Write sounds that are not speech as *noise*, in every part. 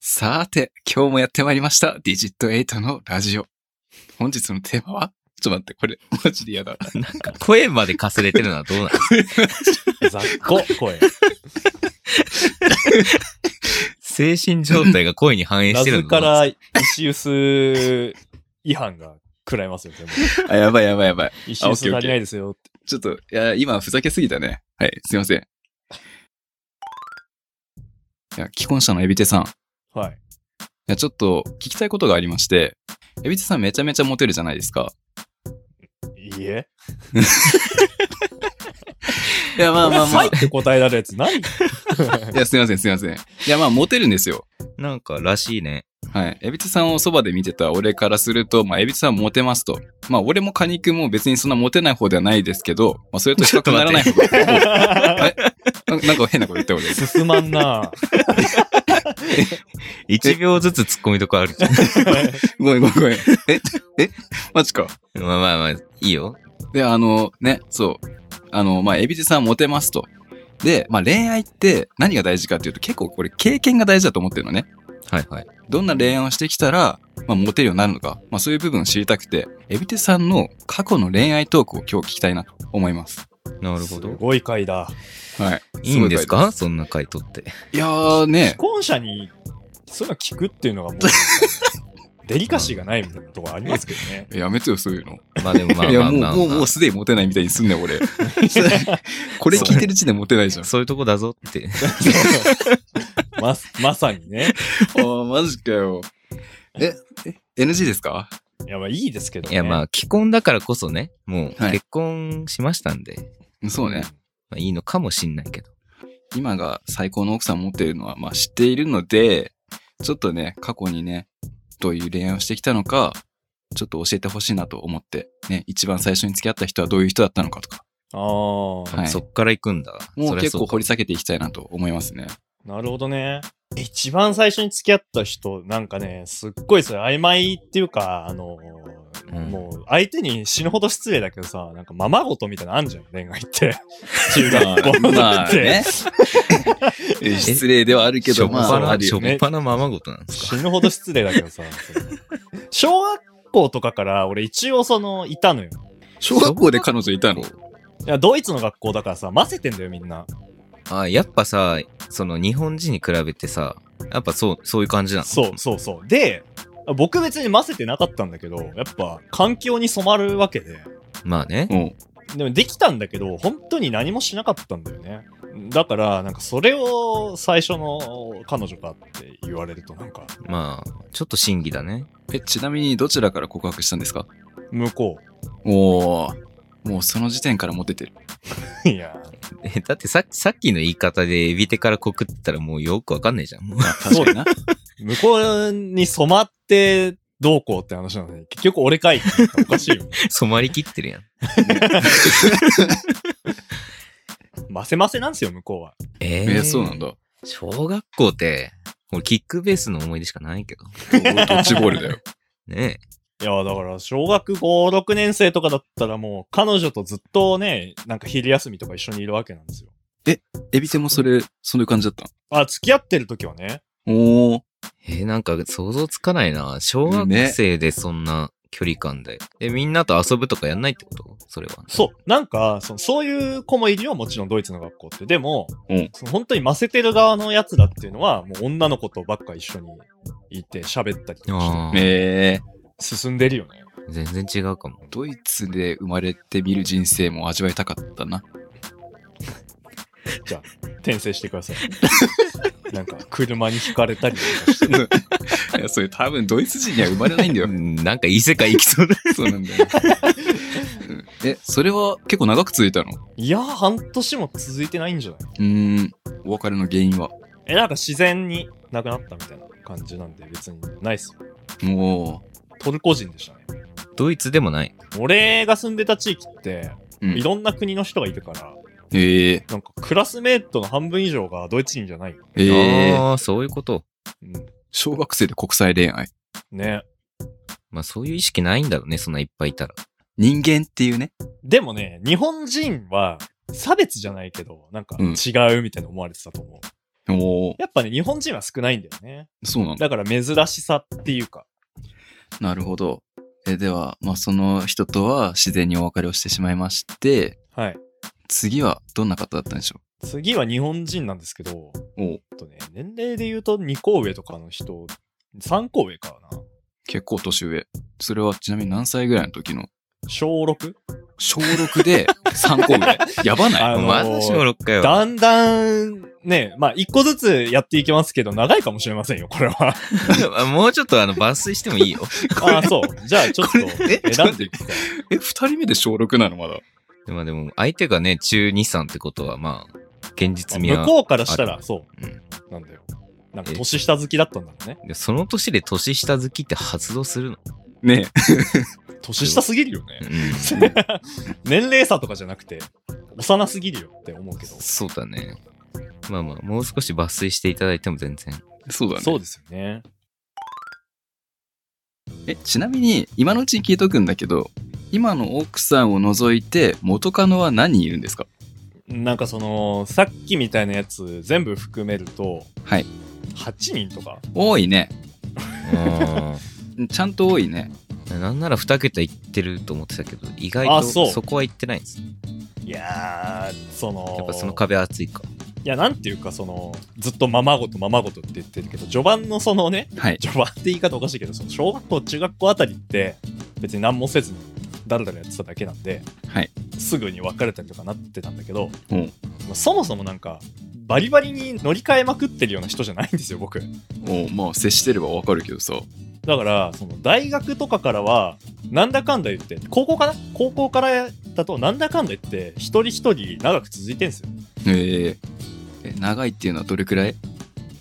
さて、今日もやってまいりました。ディジット8のラジオ。本日のテーマはちょっと待って、これ、マジで嫌だ。なんか、声までかすれてるのはどうなんです *laughs* かざっこ、声。精神状態が声に反映してるのから石臼違反が食らいますよ、全部。あ、やばいやばいやばい。石臼足りないですよって。ちょっと、いや、今、ふざけすぎたね。はい、すいません。いや、既婚者のエビテさん。はい。いや、ちょっと、聞きたいことがありまして、エビテさんめちゃめちゃモテるじゃないですか。いいえ。いや、まあまあまあ。はいって答えられるやつ何いや、すいません、すいません。いや、まあ、モテるんですよ。なんか、らしいね。はい。エビツさんをそばで見てた俺からすると、まあ、エビツさんモテますと。まあ、俺もカニ君も別にそんなモテない方ではないですけど、まあ、それと比較にならない方 *laughs* が。えななんか *laughs* 変なこと言った俺。進まんな1秒ずつ突っ込みとこある *laughs* じゃん。ごめんごめんごめん。え、え、マジか。まあまあまあ、いいよ。で、あの、ね、そう。あの、まあ、エビテさんモテますと。で、まあ、恋愛って何が大事かっていうと結構これ経験が大事だと思ってるのね。はいはい。どんな恋愛をしてきたら、まあ、モテるようになるのか、まあ、そういう部分を知りたくて、エビテさんの過去の恋愛トークを今日聞きたいなと思います。なるほど。す。ごい回だ。はいいいんですかそんな回とって。いやーね。既婚者に、そういうの聞くっていうのがもう、 *laughs* デリカシーがないみたいなとこありますけどね。 *laughs* やめてよ、そういうの。まあでもまあいや、もう、もう、もうすでにモテないみたいにすんねん、 *laughs* 俺。これ聞いてる時点モテないじゃん。そういうとこだぞって。 *laughs* ま、まさにね。ああ、マジかよ。え、え、NG ですかいや、まあいいですけど、ね、いや、まあ、既婚だからこそね、もう結婚しましたんで。はい、そうね。まあいいのかもしんないけど。今が最高の奥さん持ってるのは、まあ知っているので、ちょっとね、過去にね、どういう恋愛をしてきたのか、ちょっと教えてほしいなと思って、ね、一番最初に付き合った人はどういう人だったのかとか。ああ、はい、そっから行くんだ。もう結構掘り下げていきたいなと思いますね。なるほどね。一番最初に付き合った人、なんかね、すっごいそれ曖昧っていうか、あの、うん、もう相手に死ぬほど失礼だけどさ、なんかままごとみたいなのあんじゃん、恋愛って。中学校の時って。まあね *laughs* 失礼ではあるけど、まあ、あしょっぱなままごとなんですか。死ぬほど失礼だけどさ、小学校とかから俺一応その、いたのよ。小学校で彼女いたのいや、ドイツの学校だからさ、混ぜてんだよみんな。あやっぱさ、その日本人に比べてさ、やっぱそう、そういう感じなのそうそうそう。で、僕別に混ぜてなかったんだけど、やっぱ環境に染まるわけで。まあね。うん。でもできたんだけど、本当に何もしなかったんだよね。だから、なんかそれを最初の彼女かって言われるとなんか。まあ、ちょっと真偽だね。え、ちなみにどちらから告白したんですか向こう。おー。もうその時点からモテてる。いや。え、だってささっきの言い方でエビ手から告ってたらもうよくわかんないじゃん。確かにな。向こうに染まってどうこうって話なのに、結局俺かい。おかしいよ。 *laughs* 染まりきってるやん。ませませなんですよ、向こうは。えー、えー、そうなんだ。小学校って、俺キックベースの思い出しかないけど。ドッジボールだよ。ねえ。いや、だから、小学5、6年生とかだったらもう、彼女とずっとね、なんか昼休みとか一緒にいるわけなんですよ。え、 *laughs* エビテもそれ、そういう感じだったあ、付き合ってる時はね。おー。。えー、なんか想像つかないな。小学生でそんな距離感で。ね、みんなと遊ぶとかやんないってことそれは。そう。なんかその、そういう子もいるよ。もちろんドイツの学校って。でも、うん、その本当にませてる側のやつだっていうのは、もう女の子とばっか一緒にいて喋ったりとかしてへえー。進んでるよね。全然違うかも。ドイツで生まれてみる人生も味わいたかったな。じゃあ、転生してくださ *laughs* い。なんか、車にひかれたりとかして。いや、それ多分ドイツ人には生まれないんだよ。なんか異世界行きそうだ。 *laughs* そうなんだ *laughs* よ。え、それは結構長く続いたのいや、半年も続いてないんじゃないうん、お別れの原因は。え、なんか自然になくなったみたいな感じなんで、別にないっすよ。もう、トルコ人でしたね。ドイツでもない。俺が住んでた地域って、うん、いろんな国の人がいるから、ええー、なんかクラスメートの半分以上がドイツ人じゃない。ええー、ああ、そういうこと、うん。小学生で国際恋愛。ね。まあそういう意識ないんだろうね、そんないっぱいいたら。人間っていうね。でもね、日本人は差別じゃないけど、なんか違うみたいな思われてたと思う。うんおーやっぱね、日本人は少ないんだよね。そうなんだ。だから珍しさっていうか。なるほど。えでは、まあ、その人とは自然にお別れをしてしまいまして、はい。次はどんな方だったんでしょ次は日本人なんですけど、うおうえっとね、年齢で言うと2個上とかの人、3個上かな。結構年上。それはちなみに何歳ぐらいの時の小 6? 小6で3個上。やばないあのーまだ小6かよ。だんだん、ね、まあ1個ずつやっていきますけど、長いかもしれませんよ、これは。もうちょっ *laughs* とあの、抜粋してもいいよ。ああ、そう。じゃあちょっとえ選んでいくか。え、2人目で小6なのまだ。まあでも、相手がね、中2、3ってことは、まあ、現実味向は。こうからしたあら、るそうう。なんだよ。なんか年下好きだったんだろうね。でその年で年下好きって発動するのね年下すぎるよね。うん。年齢差とかじゃなくて、幼すぎるよって思うけど。そうだね。まあまあ、もう少し抜粋していただいても全然。え、そうだね。そうですよね。え、ちなみに、今のうちに聞いとくんだけど、今の奥さんを除いて、元カノは何人いるんですかなんかその、さっきみたいなやつ全部含めると、はい。 8人とか多いね。あちゃんと多いね。ー *laughs* なんなら2桁いってると思ってたけど、意外あとそうそこはいってないんですね。いやー、その、やっぱその壁は厚いか。いや、なんていうか、その、ずっとままごとままごとって言ってるけど、序盤のそのね、はい。序盤って言い方おかしいけど、その小学校、中学校あたりって、別に何もせずに、だらだらやってただけなんで、はいすぐに別れたりとかなってたんだけど、おうまあそもそもなんか、バリバリに乗り換えまくってるような人じゃないんですよ、僕。おうまあ、接してればわかるけどさ。だからその大学とかからはなんだかんだ言って高校かな高校からだとなんだかんだ言って一人一人長く続いてんすよえーえ、長いっていうのはどれくらいう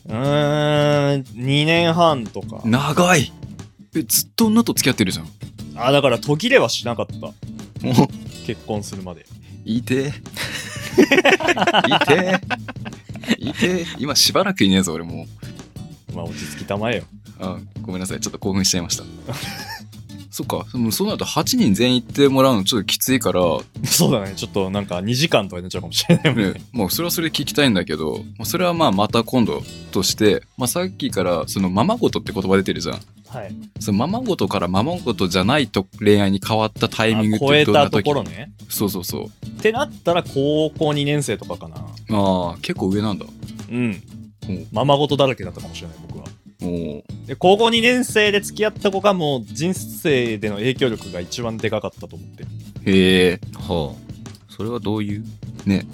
ーん2年半とか長いえ、ずっと女と付き合ってるじゃん。あだから途切れはしなかったおう結婚するまでいてえ。いてえ。いてえ。今しばらくいねえぞ、俺もう。まあ落ち着きたまえよあごめんなさいちょっと興奮しちゃいましたそっかでもそうなると8人全員行ってもらうのちょっときついから、そうだねちょっとなんか2時間とかになっちゃうかもしれないもんねね、もうそれはそれで聞きたいんだけどまあそれはまあまた今度として、まあ、さっきからそのままごとって言葉出てるじゃんはいそのままごとからままごとじゃないと恋愛に変わったタイミングあっ超てえどんなた時ところねそうそうそうってなったら高校2年生とかかなああ結構上なんだうんうんままごとだらけだったかもしれない僕はおーで高校2年生で付き合った子がもう人生での影響力が一番でかかったと思ってるへえはあ。それはどういう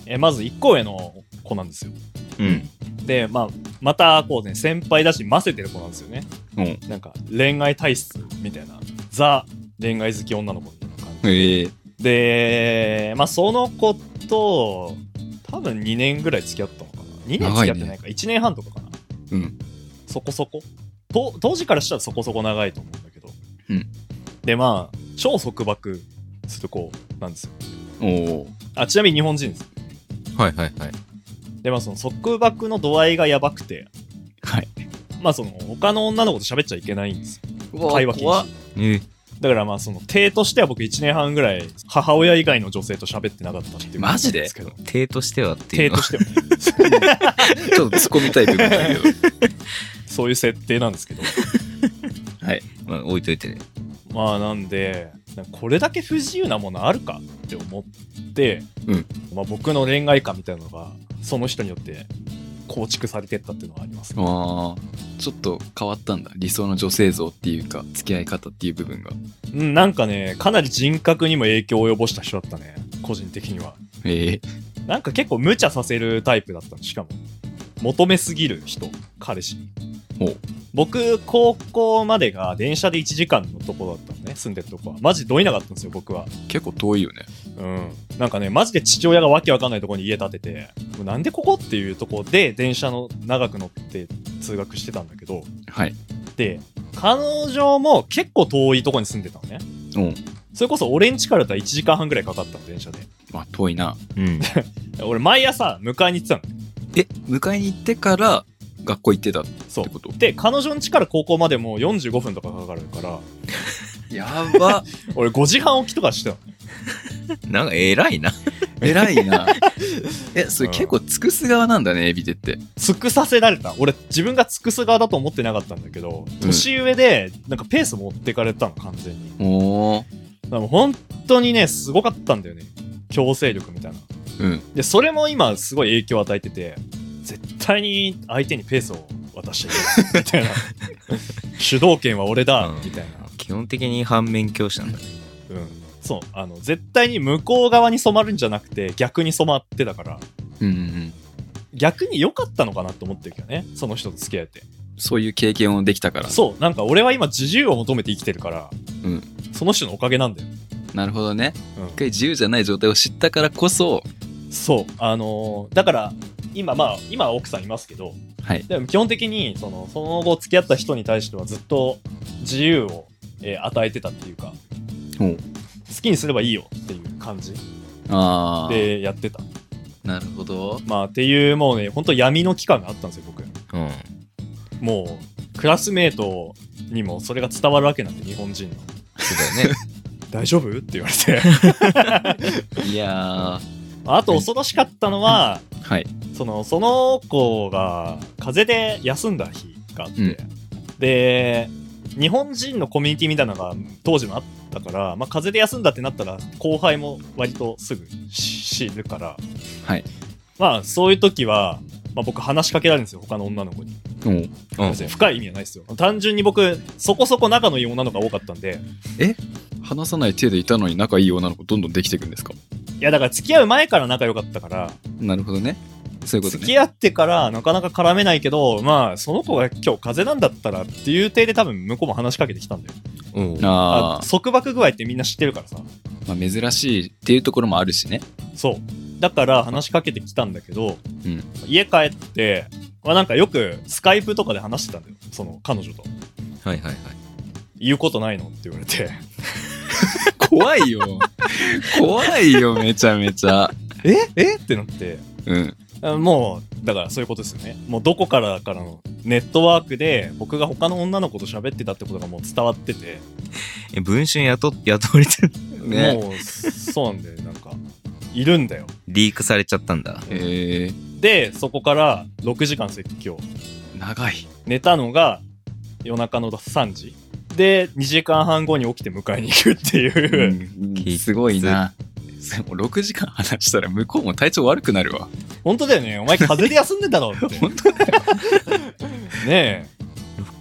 えまず1個上の子なんですようん。で、まあ、またこうね先輩だしませてる子なんですよねうんなんか恋愛体質みたいなザ恋愛好き女の子みたいな感じへえでまあその子と多分2年ぐらい付き合ったのかな2年付き合ってないか1年半とかかなうんそこそこと当時からしたらそこそこ長いと思うんだけど、うんでまあ超束縛する子なんですよおおあちなみに日本人ですはいはいはい。でまあその束縛の度合いがやばくてはいまあその他の女の子と喋っちゃいけないんですよ会会話話禁止えだからまあその手としては僕1年半ぐらい母親以外の女性と喋ってなかったっていうマジでことなんすけど手としてはってい手うのとは。してはね *laughs* ちょっと突っ込みたい部分だけど *laughs* そういう設定なんですけど *laughs* まあ置いといてね。まあなんでなんかこれだけ不自由なものあるかって思って、うんまあ、僕の恋愛観みたいなのがその人によって構築されてったっていうのはありますねあーちょっと変わったんだ理想の女性像っていうか付き合い方っていう部分がうんなんかねかなり人格にも影響を及ぼした人だったね個人的にはええなんか結構無茶させるタイプだったのしかも求めすぎる人彼氏にほう僕高校までが電車で1時間のところだったのね住んでるとこはマジどいなかったんですよ僕は結構遠いよねうん、なんかねマジで父親がわけわかんないところに家建ててもうなんでここっていうところで電車の長く乗って通学してたんだけどはいで彼女も結構遠いところに住んでたのねうんそれこそ俺ん家からだったら1時間半ぐらいかかったの電車でまあ遠いな *laughs* うん。俺毎朝迎えに行ってたのえ迎えに行ってから学校行ってたってそうことで彼女ん家から高校までもう45分とかかかるからやば *laughs* 俺5時半起きとかしてたのなんか偉いな。偉い *laughs* な。え、それ結構尽くす側なんだね、エビデって。尽くさせられた俺自分が尽くす側だと思ってなかったんだけど、年上でなんかペース持ってかれたの完全におー。だからもう本当にねすごかったんだよね強制力みたいなうん。でそれも今すごい影響を与えてて絶対に相手にペースを *laughs* 渡してみたいな主導権は俺だ、みたいな基本的に反面教師なんだね。うんそうあの絶対に向こう側に染まるんじゃなくて逆に染まってたからうんうんうん。逆に良かったのかなって思ってるけどねその人と付き合えてそういう経験をできたから。そうなんか俺は今自由を求めて生きてるから、うんその人のおかげなんだよ、なるほどね。うん一回自由じゃない状態を知ったからこそ、そうあのーだから今まあ今は奥さんいますけどはい。でも基本的にそのその後付き合った人に対してはずっと自由を、えー与えてたっていうかおう好きにすればいいよっていう感じああ。でやってたなるほど。まあっていうもうね本当闇の期間があったんですよ僕うん。もうクラスメートにもそれが伝わるわけなんで日本人のそうだよね。 *laughs* 大丈夫って言わ *laughs* れていやー。あと恐ろしかったのは、はい。そのその子が風邪で休んだ日があって、うんで日本人のコミュニティみたいなのが当時もあったから、まあ、風邪で休んだってなったら後輩も割とすぐ死ぬから、はいまあそういう時は、まあ、僕話しかけられるんですよ他の女の子におううん。別に深い意味はないですよ単純に僕そこそこ仲のいい女の子が多かったんで話さない手でいたのに仲いい女の子どんどんできていくんですかいやだから付き合う前から仲良かったからなるほどね。そういうこと付ね。き合ってからなかなか絡めないけどまあその子が今日風邪なんだったらっていう体で多分向こうも話しかけてきたんだようんああー束縛具合ってみんな知ってるからさまあ、珍しいっていうところもあるしね。そうだから話しかけてきたんだけど、うん家帰って、まあ、なんかよくスカイプとかで話してたんだよその彼女とはいはいはい。 「言うことないの?」って言われて怖いよ。怖いよ、めちゃめちゃ。ええってなってうん。あもうだからそういうことですよねもうどこからからのネットワークで僕が他の女の子と喋ってたってことがもう伝わってて、え、文春雇 *laughs* っ、雇われてる、ねもうそうなんだよなんかいるんだよリークされちゃったんだ。えでそこから6時間説教ー、長い。寝たのが夜中の3時で2時間半後に起きて迎えに行くっていう、うんすごいな。それもう6時間話したら向こうも体調悪くなるわ。本当だよねお前風邪で休んでんだろって本当だよね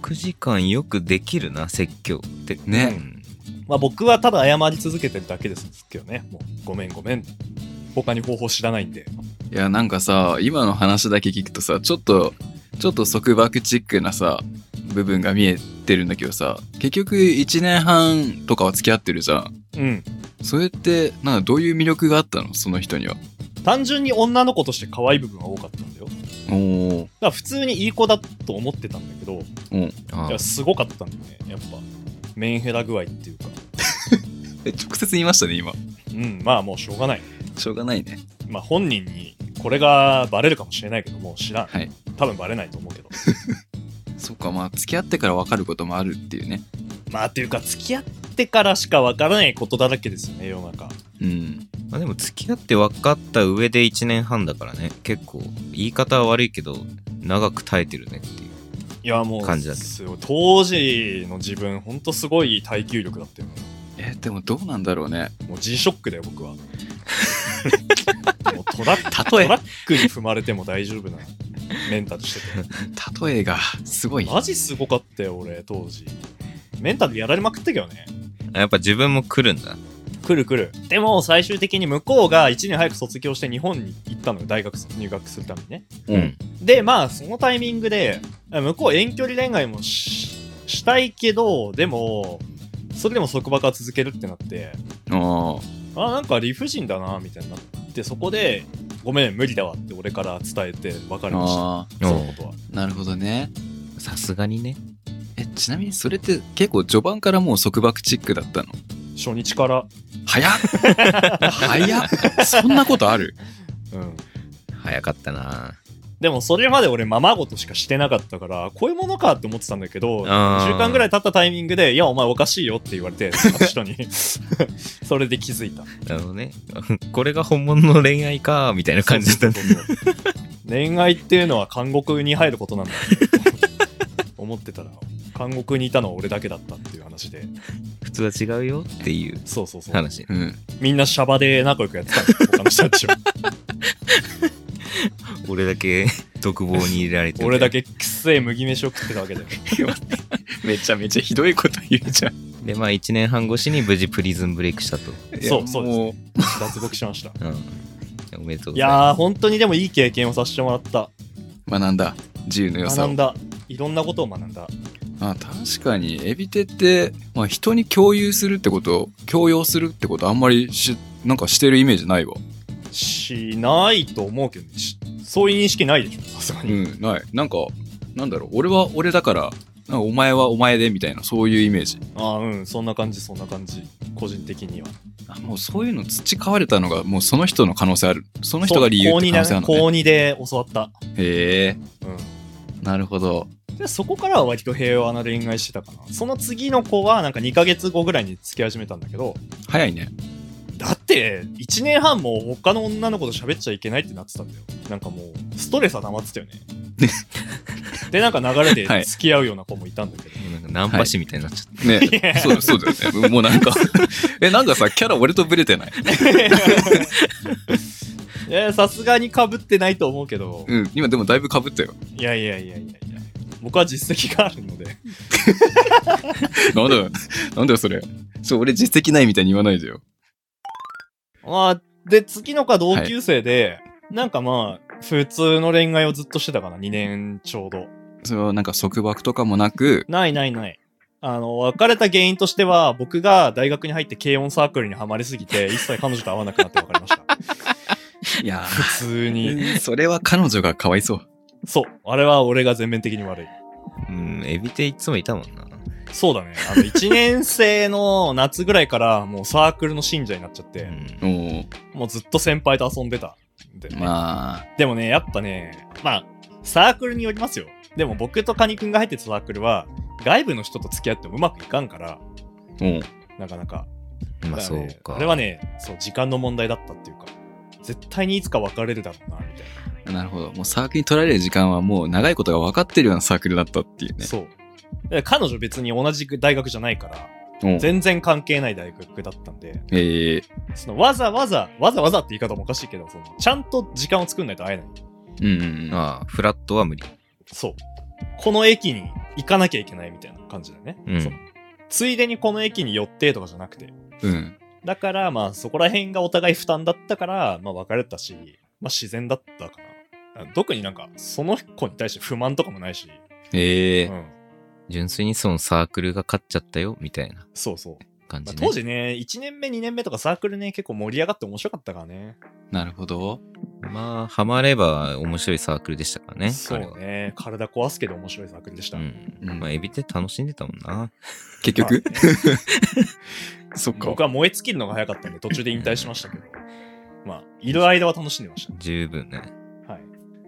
6時間よくできるな、説教って。ねうんえ、まあ、僕はただ謝り続けてるだけですけどねもうごめんごめん他に方法知らないんでいや、なんかさ、今の話だけ聞くとさ、ちょっと、ちょっと束縛チックなさ、部分が見えてるんだけどさ、結局1年半とかは付き合ってるじゃん。うんそれって、なんかどういう魅力があったのその人には。単純に女の子として可愛い部分が多かったんだよだかおー。ら普通にいい子だと思ってたんだけどあいやすごかったんだよねやっぱメンヘラ具合っていうかえ、直接言いましたね、今。うんまあもうしょうがないしょうがないね。まあ、本人にこれがバレるかもしれないけどもう知らん、はい多分バレないと思うけど *laughs* そっか、まあ、付き合ってから分かることもあるっていうね。まあっていうか付き合ってからしかわからないことだらけですよね世の中うん。まあでも付き合って分かった上で1年半だからね結構言い方は悪いけど長く耐えてるねっていういやもう感じだけどすごい当時の自分ほんとすごい耐久力だったよねえ、でもどうなんだろうね。もう G ショックだよ僕はもうトラックト例えラックに踏まれても大丈夫なメンタルしてて例えが、すごい。マジすごかったよ俺当時メンタルやられまくったけどねあやっぱ自分も来るんだ来る来るでも最終的に向こうが1年早く卒業して日本に行ったのよ大学入学するためにねうん。でまあそのタイミングで向こう遠距離恋愛もししたいけどでもそれでも束縛は続けるってなってああ。あなんか理不尽だなみたいになってそこでごめん無理だわって俺から伝えて別れましあたそのことはあ。なるほどね。さすがにねえ、ちなみにそれって結構序盤からもう束縛チックだったの初日から *laughs* 早っ早っそんなことあるうん早かったなでもそれまで俺ままごとしかしてなかったからこういうものかって思ってたんだけどあー1週間ぐらい経ったタイミングで「いやお前おかしいよ」って言われてその *laughs* 人にそれで気づいたなるほどね。 *laughs* これが本物の恋愛か、みたいな感じだったそうそうそうそう恋愛っていうのは監獄に入ることなんだと思ってたら監獄にいたのは俺だけだったっていう話で普通は違うよっていうそうそうそう話。うん。みんなシャバで仲良くやってたんです他の人た *laughs* ちは俺だ *laughs* け独房に入れられて。俺だ。けくっせえ麦飯を食ってたわけだよめちゃめちゃひどいこと言うじゃん。で、まあ1年半越しに無事プリズンブレイクしたと。そうそうですもう脱獄しましたうん。おめでとうごいざいまやー本当にでもいい経験をさせてもらった学んだ。自由の良さ学をん。だいろんなことを学んだあ確かに、エビテって、まあ、人に共有するってこと、強要するってこと、あんまりし、なんかしてるイメージないわ。しないと思うけどしそういう認識ないでしょさすがうに、ん、ない。なんか、なんだろう、俺は俺だから、なんかお前はお前でみたいな、そういうイメージ。ああうんそんな感じそんな感じ個人的にはあもうそういうの培われたのが、もうその人の可能性ある。その人が理由そっうて可能性ある高のね。 2で高2で教わったへえ、うんなるほど。でそこからは割と平和な恋愛してたかなその次の子はなんか2ヶ月後ぐらいに付き始めたんだけど早いね。だって1年半も他の女の子と喋っちゃいけないってなってたんだよなんかもうストレスは溜まってた *laughs* よねでなんか流れではい付き合うような子もいたんだけど、す。なんかナンパ師みたいになっちゃっいやね、 *laughs* そうそうだよね。もうなんか、 *laughs* え、なんかさ、キャラ俺とブレてない。 *laughs* いやさすがにかぶってないと思うけど、うん、今でもだいぶ被ったよ。いやいやいやいやいや僕は実績があるのでなんだよ、 *laughs* なんだよそれ。そう、俺実績ないみたいに言わないでよ。 *laughs* あーで次の子は同級生で、なんかまあ普通の恋愛をずっとしてたかな2年ちょうどそれはなんか束縛とかもなく、ないないないあの別れた原因としては僕が大学に入って軽音サークルにはまりすぎて一切彼女と会わなくなって別れま *laughs* したいや普通にー、*laughs* それは彼女がかわいそう。そうあれは俺が全面的に悪いた。うん、エビテいつもいたもんな。そうだねあの1年生の夏ぐらいからもうサークルの信者になっちゃって、うん。おもうずっと先輩と遊んでたんでね、まあ、でもねやっぱねまあサークルによりますよでも僕とカニ君が入ってたサークルは外部の人と付き合ってもうまくいかんからうん。なかなかまあだらそうねか。あれはねそう時間の問題だったっていうか絶対にいつか別れるだろうなみたいなるほど。もうサークルに取られる時間はもう長いことが分かってるようなサークルだったっていうな、ね。そうだから彼女別に同じ大学じゃないからうん全然関係ない大学だったんでええそのわざわざわざわざって言い方もおかしいけどそのちゃんと時間を作んないと会えないうんうんうん。まあ、フラットは無理。そうこの駅に行かなきゃいけないみたいな感じだね、うんそうついでにこの駅に寄ってとかじゃなくてうん。だからまあそこら辺がお互い負担だったからまあ別れたし、まあ、自然だったかな特になんかその子に対して不満とかもないし、ええうん、純粋にそのサークルが勝っちゃったよ、みたいなそうそう、感まじあね。当時ね1年目2年目とかサークルね結構盛り上がって面白かったからねなるほど。まあ、ハマれば面白いサークルでしたからね。そう彼は。ね体壊すけど面白いサークルでした、ううんん。まあ、エビテ楽しんでたもんな。結まあね局、 *laughs* そっか僕。は燃え尽きるのが早かったんで途中で引退しましたけどまあいる間は楽しんでまし十分ね。たはい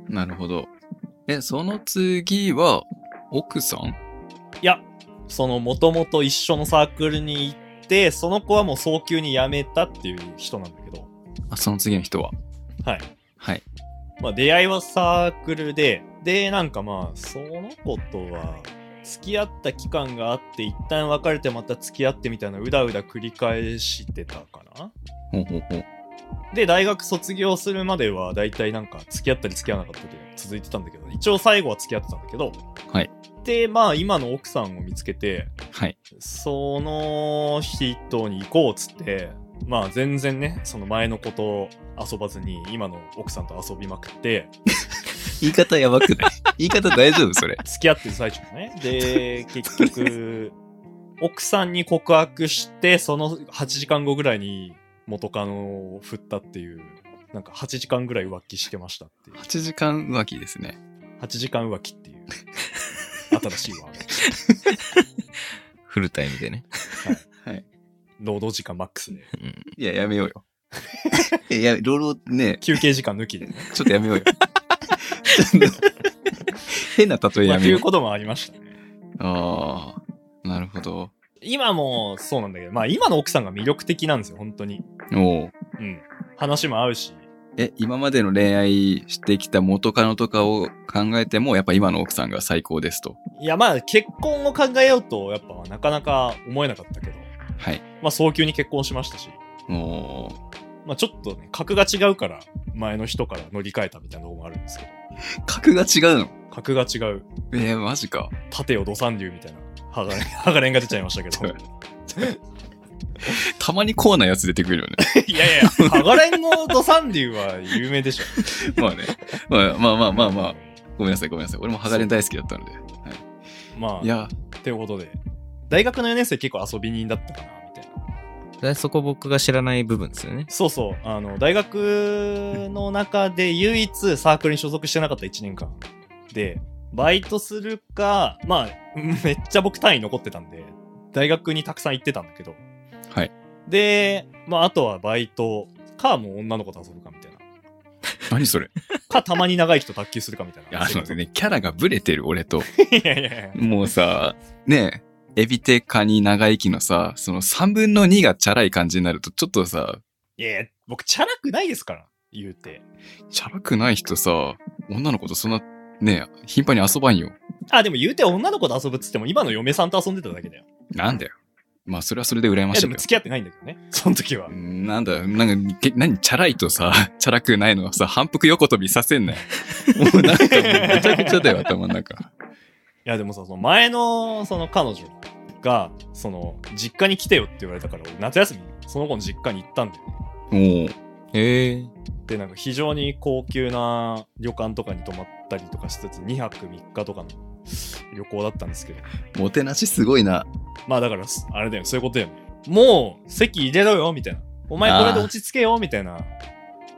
なるほど。え、その次は、奥さんいや、その、もともと一緒のサークルに行って、その子はもう早急に辞めたっていう人なんだけど、あ、その次の人は。はい。はい。まあ、出会いはサークルで、で、なんかまあ、その子とは、付き合った期間があって、一旦別れてまた付き合ってみたいな、うだうだ繰り返してたかな。ほうほうほう。で、大学卒業するまでは、だいたいなんか、付き合ったり付き合わなかったり続いてたんだけど、一応最後は付き合ってたんだけど、はい。で、まあ、今の奥さんを見つけて、はい。その人に行こうっつって、まあ全然ね、その前の子と遊ばずに、今の奥さんと遊びまくって、言い方やばくない *laughs* 言い方大丈夫それ。付き合ってる最中もね。で、 *laughs* 結局、奥さんに告白して、その8時間後ぐらいに元カノを振ったっていう、なんか8時間ぐらい浮気してましたっていう。 8時間浮気ですね。 8時間浮気って *laughs* いう、新しいワード。フルタイムでね。労働時間マックスで。いや、やめ *laughs* ようよ。いや、いろいろね、休憩時間抜きでね。 *laughs* ちょっとやめようよ。 *laughs* 変な例えまあ、やっめていうよこともありましたね。う。 *laughs* ああ、なるほど。今もそうなんだけど、まあ今の奥さんが魅力的なんですよ、本当に。おううん。話も合うし。え、今までの恋愛してきた元カノとかを考えても、やっぱ今の奥さんが最高ですと。いや、まあ結婚を考えようと、やっぱなかなか思えなかったけど、はい。まあ早急に結婚しましたし、おうまあちょっとね、格が違うから、前の人から乗り換えたみたいなとこもあるんですけど、格が違うの格が違う、えー、マジか。盾を土三流みたいな、はがれん、 *laughs* はがれんが出ちゃいましたけど。たまにコアなやつ出てくるよ *laughs* ね。いやいや、はがれんの土三流は有名でしょ。まあね。まあま *laughs* あまあまあまあ。ごめんなさい、ごめんなさい。俺もハガレン大好きだったので。まいあ、や、ってことで、大学の4年生結構遊び人だったかな、みたいな。でそこ僕が知らない部分ですよね。そうそう、あの、大学の中で唯一サークルに所属してなかった1年間で、バイトするか、まあ、 *laughs* めっちゃ僕単位残ってたんで、大学にたくさん行ってたんだけど、はい。で、まあ、あとはバイトか、もう女の子と遊ぶかみたいな。何それ。か、たまに長い人卓球するかみたいいな。や、あのね、キャラがブレてる俺と。 *laughs* いやいやいや。もうさ、ねえ、エビテカニ長生きのさ、その3分の2がチャラい感じになると、ちょっとさ、いやいや、僕、チャラくないですから、言うて。チャラくない人さ、女の子とそんな、ねえ、頻繁に遊ばんよ。あ、でも言うて女の子と遊ぶっつっても、今の嫁さんと遊んでただけだよ。なんだよ。まあ、それはそれで羨いまや、しでいけもど。付き合ってないんだけどね、その時はう。んなんだ、なんか、け何、チャラいとさ、 *laughs* チャラくないのはさ、反復横跳びさせんな *laughs* よ。もうなんか、ぐちゃぐちゃだよ、頭の中。いや、でもさ、その前の、その彼女が、その、実家に来てよって言われたから、俺夏休み、その子の実家に行ったんだよね。もう、ええで、なんか非常に高級な旅館とかに泊まったりとかしつつ、2泊3日とかの旅行だったんですけど。もてなしすごいな。まあだから、すあれだよ、そういうことだよね。もう、席入れろよ、みたいな。お前これで落ち着けよ、みたいな、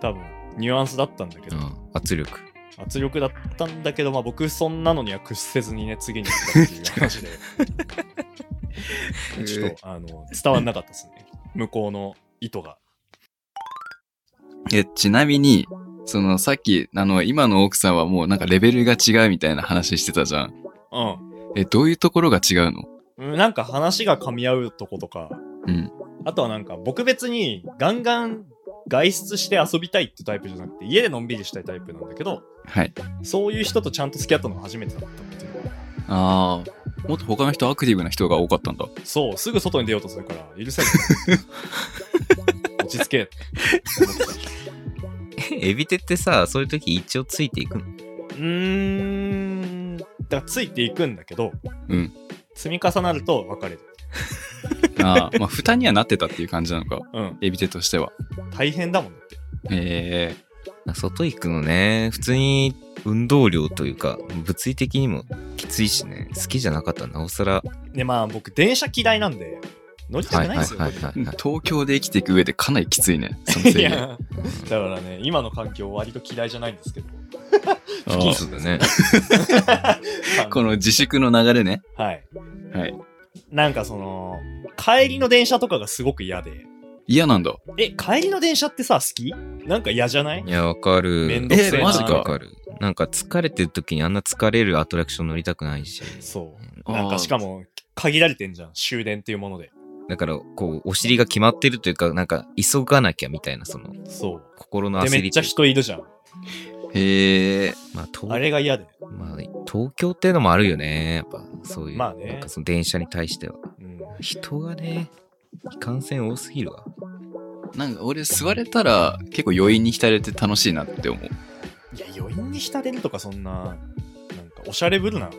多分、ニュアンスだったんだけど、うん圧 *laughs* 力。圧力だったんだけど、まあ僕、そんなのには屈せずにね、次に行ったっていう話 *laughs* で。ちょっと、あの、伝わんなかったですね。向こうの意図が。え、ちなみに、そのさっき、あの、今の奥さんはもうなんかレベルが違うみたいな話してたじゃん。え、どういうところが違うのうん。なんか話が噛み合うとことか、うん。あとはなんか僕別にガンガン外出して遊びたいってタイプじゃなくて、家でのんびりしたいタイプなんだけど、はい。そういう人とちゃんと付き合ったのが初めてだったっていうああ、もっと他の人アクティブな人が多かったんだ。そう、すぐ外に出ようとするから、許せ *laughs* ない。落ち着けって思ってた。えエビテってさ、そういう時一応ついていくのうーん、だからついていくんだけど、うん。積み重なると別れる。ああ、まあ、負担にはなってたっていう感じなのか。うん。エビテとしては。大変だもんだって。えあ外行くのね、普通に運動量というか、物理的にもきついしね、好きじゃなかったらなおさら。で、まあ僕、電車嫌いなんで、乗りたくないんですよ。はいはいえはい。東京で生きていく上でかなりきついね。そのこれ制限。いや、だからね、今の環境割と嫌いじゃないんですけど。あ不謹ー慎そうだね。あのこの自粛の流れね。はい。はい。なんかその、帰りの電車とかがすごく嫌で。嫌なんだ。え、帰りの電車ってさ、好きなんか嫌じゃないいや、わかる。めんどくせえなえマジかわかる。なんか疲れてる時にあんな疲れるアトラクション乗りたくないし。そう。あーなんかしかも、限られてんじゃん。終電っていうもので。だから、こう、お尻が決まってるというか、なんか、急がなきゃみたいな、その、そう。心ので、め焦っりちとゃいうか。人いるじゃん。へえ。まあ、東あれが嫌で。まあ、東京っていうのもあるよね。やっぱ、そういう。まあねなんかその電車に対しては。うん。人がね、感染多すぎるわ。なんか俺、座れたら結構余韻に浸れて楽しいなって思う。いや、余韻に浸れるとかそんな、なんかおしゃれぶるな。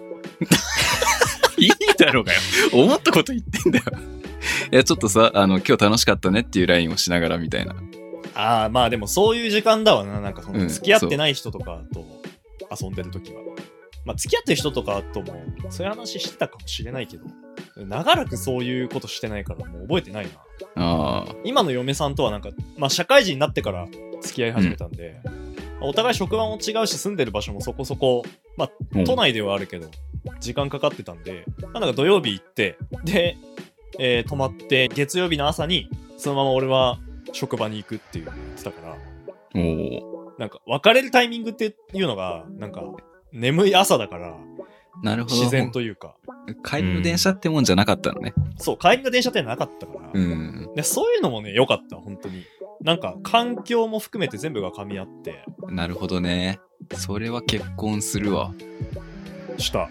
いいだろうがよ。思ったこと言ってんだよ。 *laughs* いや、ちょっとさ、あの、今日楽しかったねっていうラインをしながらみたいな。ああ、まあでもそういう時間だわな。なんかそうんの、付き合ってない人とかと遊んでるときは。まあ付き合ってる人とかとも、そういう話してたかもしれないけど、長らくそういうことしてないからもう覚えてないな。ああ、今の嫁さんとはなんか、まあ社会人になってから付き合い始めたんで、お互い職場も違うし住んでる場所もそこそこ、まあうん都内ではあるけど、時間かかってたんで、まあなんか土曜日行って、で、えー泊まって、月曜日の朝に、そのまま俺は職場に行くっていうのを言ってたから、おお。なんか別れるタイミングっていうのが、なんか眠い朝だから、なるほど。自然というか、帰りの電車ってもんじゃなかったのね。そう、帰りの電車ってなかったから、うん。でそういうのもね、良かった、本当に。なんか環境も含めて全部が噛み合って、なるほどね。それは結婚するわ。した。